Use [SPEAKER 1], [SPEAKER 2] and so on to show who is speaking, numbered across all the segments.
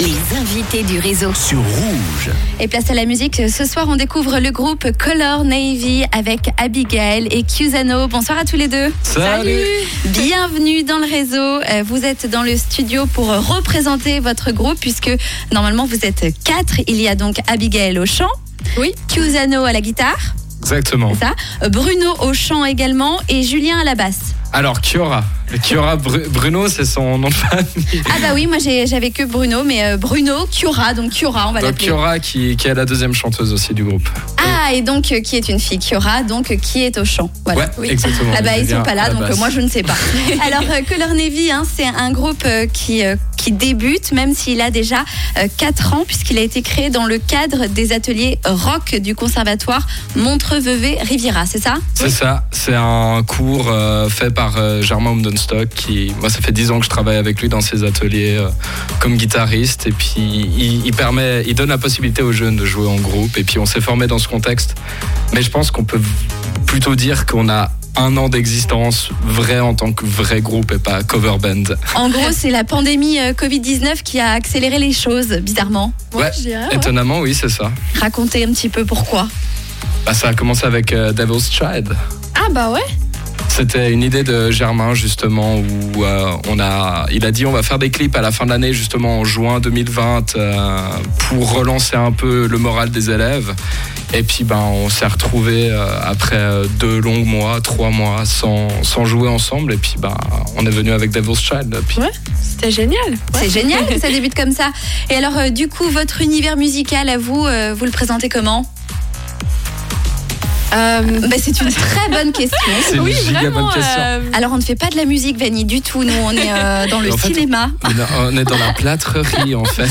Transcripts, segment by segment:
[SPEAKER 1] Les invités du réseau.
[SPEAKER 2] sur Rouge.
[SPEAKER 1] Et place à la musique, ce soir on découvre le groupe Color Navy avec Abigail et Cusano. Bonsoir à tous les deux.
[SPEAKER 2] Salut.
[SPEAKER 1] Bienvenue dans le réseau. Euh, Vous êtes dans le studio pour représenter votre groupe puisque normalement vous êtes quatre. Il y a donc Abigail au chant. Oui. Cusano à la guitare.
[SPEAKER 2] Exactement.
[SPEAKER 1] c'est Ça. Euh, Bruno au chant également et Julien à la basse.
[SPEAKER 2] Alors, Kiora. Kiora Bru- Bruno, c'est son nom de famille.
[SPEAKER 1] Ah bah oui, moi j'ai- j'avais que Bruno, mais euh, Bruno, Kiora, donc Kiora on va
[SPEAKER 2] Donc,
[SPEAKER 1] l'appeler.
[SPEAKER 2] Kiora qui, qui est la deuxième chanteuse aussi du groupe.
[SPEAKER 1] Ah, et donc euh, qui est une fille Kiora, donc euh, qui est au chant. Voilà.
[SPEAKER 2] Ouais, exactement.
[SPEAKER 1] Ah bah ils
[SPEAKER 2] Julien
[SPEAKER 1] sont pas
[SPEAKER 2] à
[SPEAKER 1] là,
[SPEAKER 2] la
[SPEAKER 1] donc euh,
[SPEAKER 2] basse.
[SPEAKER 1] moi je ne sais pas. Alors euh, Color Navy, hein, c'est un groupe euh, qui, euh, qui débute, même s'il a déjà 4 ans, puisqu'il a été créé dans le cadre des ateliers rock du conservatoire Montreux-Vevey-Riviera, c'est ça
[SPEAKER 2] C'est ça, c'est un cours euh, fait par euh, Germain Omdenstock qui, moi ça fait 10 ans que je travaille avec lui dans ses ateliers euh, comme guitariste et puis il, il permet, il donne la possibilité aux jeunes de jouer en groupe et puis on s'est formé dans ce contexte. Mais je pense qu'on peut v- plutôt dire qu'on a un an d'existence vrai en tant que vrai groupe et pas cover band.
[SPEAKER 1] En gros, c'est la pandémie euh, Covid-19 qui a accéléré les choses, bizarrement.
[SPEAKER 2] Ouais,
[SPEAKER 3] je dirais, ouais.
[SPEAKER 2] Étonnamment, oui, c'est ça.
[SPEAKER 1] Racontez un petit peu pourquoi.
[SPEAKER 2] Bah, ça a commencé avec euh, Devil's Child.
[SPEAKER 3] Ah bah ouais.
[SPEAKER 2] C'était une idée de Germain justement où euh, on a, il a dit on va faire des clips à la fin de l'année justement en juin 2020 euh, pour relancer un peu le moral des élèves. Et puis ben on s'est retrouvé après euh, deux longs mois, trois mois sans, sans jouer ensemble. Et puis ben on est venu avec Devil's Child. Et puis,
[SPEAKER 3] Ouais. C'était génial.
[SPEAKER 1] C'est génial que ça débute comme ça. Et alors, euh, du coup, votre univers musical à vous, euh, vous le présentez comment
[SPEAKER 3] Euh,
[SPEAKER 1] Bah, C'est une très bonne question.
[SPEAKER 2] C'est une
[SPEAKER 3] oui,
[SPEAKER 2] giga
[SPEAKER 3] vraiment.
[SPEAKER 2] bonne question.
[SPEAKER 3] euh,
[SPEAKER 1] Alors on ne fait pas de la musique, Vanny, du tout. Nous, on est euh, dans le
[SPEAKER 2] En fait,
[SPEAKER 1] cinéma.
[SPEAKER 2] On est- On est dans la plâtrerie en fait.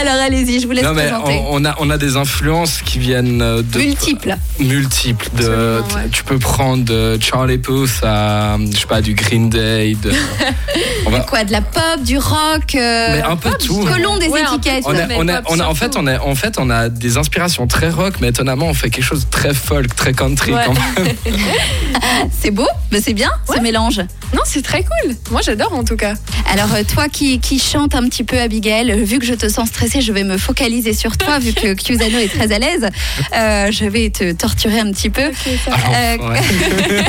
[SPEAKER 1] Alors allez-y, je vous laisse
[SPEAKER 2] Non mais
[SPEAKER 1] présenter.
[SPEAKER 2] on, on a on a des influences qui viennent euh, de
[SPEAKER 1] Multiple.
[SPEAKER 2] multiples. De,
[SPEAKER 3] Absolument, ouais.
[SPEAKER 2] Tu peux prendre de Charlie Puth à, je sais pas, du Green Day. de- on va-
[SPEAKER 1] Quoi, de la pop, du rock, euh,
[SPEAKER 2] mais un peu tout.
[SPEAKER 1] collons des
[SPEAKER 3] Ouais, un peu.
[SPEAKER 1] étiquettes.
[SPEAKER 2] On a-
[SPEAKER 3] mais
[SPEAKER 2] on a-
[SPEAKER 3] pop
[SPEAKER 2] on a- en
[SPEAKER 3] surtout.
[SPEAKER 2] fait, on a, en fait, on a des inspirations très rock, mais étonnamment, on fait quelque chose de très folk, très country.
[SPEAKER 3] Ouais.
[SPEAKER 2] quand même.
[SPEAKER 1] C'est beau, mais c'est bien ce mélange.
[SPEAKER 3] Non, c'est très cool. Moi, j'adore en tout cas.
[SPEAKER 1] Alors euh, toi qui, qui chante un petit peu, Abigail, euh, vu que je te sens stressée, je vais me focaliser sur toi, vu que Cusano est très à l'aise. Euh, je vais te torturer un petit peu.
[SPEAKER 2] Alors,
[SPEAKER 1] Euh,
[SPEAKER 2] ouais.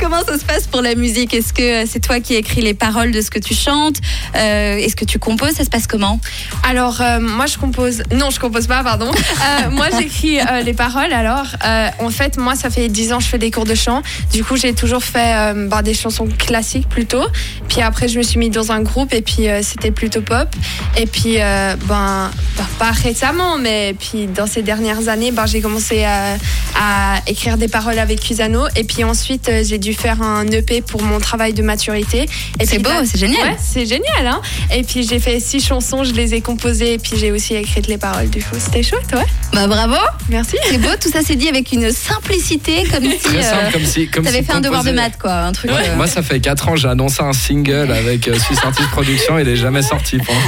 [SPEAKER 1] Comment ça se passe pour la musique Est-ce que euh, c'est toi qui écris les paroles de ce que tu chantes Euh, Est-ce que tu composes Ça se passe comment
[SPEAKER 3] Alors, euh, moi, je compose. Non, je compose pas, pardon. Euh, moi, j'écris euh, les paroles. Alors, euh, en fait, moi, ça fait 10 ans que je fais des cours de chant. Du coup, j'ai toujours fait euh, bah, des chansons classiques plutôt. Puis après, je me suis mis dans un groupe et puis euh, c'était plutôt pop. Et puis, euh, ben, bah, pas récemment, mais puis dans ces dernières années, ben, j'ai commencé à, à écrire des paroles avec Cusano. Et puis ensuite, euh, j'ai dû faire un EP pour mon travail de maturité. Et
[SPEAKER 1] C'est
[SPEAKER 3] puis ben,
[SPEAKER 1] beau,
[SPEAKER 3] là-
[SPEAKER 1] c'est génial.
[SPEAKER 3] Ouais, c'est génial, hein Et puis j'ai fait six chansons, je les ai composées, et puis j'ai aussi écrit les paroles du coup. C'était chouette, ouais.
[SPEAKER 1] Bah bravo
[SPEAKER 3] Merci.
[SPEAKER 1] C'est beau, tout ça s'est dit avec une simplicité, comme si
[SPEAKER 2] Très simple,
[SPEAKER 1] euh,
[SPEAKER 2] comme si. Comme
[SPEAKER 1] t'avais
[SPEAKER 2] si
[SPEAKER 1] fait un
[SPEAKER 2] composer-
[SPEAKER 1] devoir de maths, quoi. Un truc.
[SPEAKER 2] Ouais,
[SPEAKER 1] euh,
[SPEAKER 2] Moi, ça fait 4 ans, j'ai annoncé un single avec euh, Swiss Artist Production, il est jamais sorti. pour moi.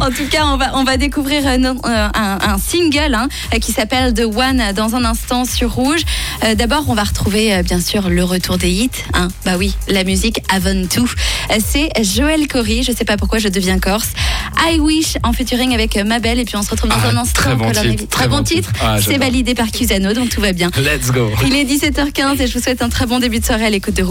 [SPEAKER 1] En tout cas, on va, on va découvrir euh, non, euh, un, un single hein, euh, qui s'appelle The One euh, dans un instant sur Rouge. Euh, D'abord, on va retrouver euh, bien sûr le retour des hits. hein. Bah oui, la musique avant tout. Euh, C'est Joël Cory, je sais pas pourquoi je deviens corse. I Wish en featuring avec euh, Mabel et puis on se retrouve dans
[SPEAKER 2] Ah,
[SPEAKER 1] un instant.
[SPEAKER 2] très bon
[SPEAKER 1] Color
[SPEAKER 2] titre,
[SPEAKER 1] Navy. Très
[SPEAKER 2] très
[SPEAKER 1] bon
[SPEAKER 2] bon
[SPEAKER 1] titre.
[SPEAKER 2] titre. Ah,
[SPEAKER 1] C'est
[SPEAKER 2] j'adore.
[SPEAKER 1] validé par Cusano, donc tout va bien.
[SPEAKER 2] Let's go!
[SPEAKER 1] Il est 17h15 et je vous souhaite un très bon début de soirée à l'écoute de Rouge.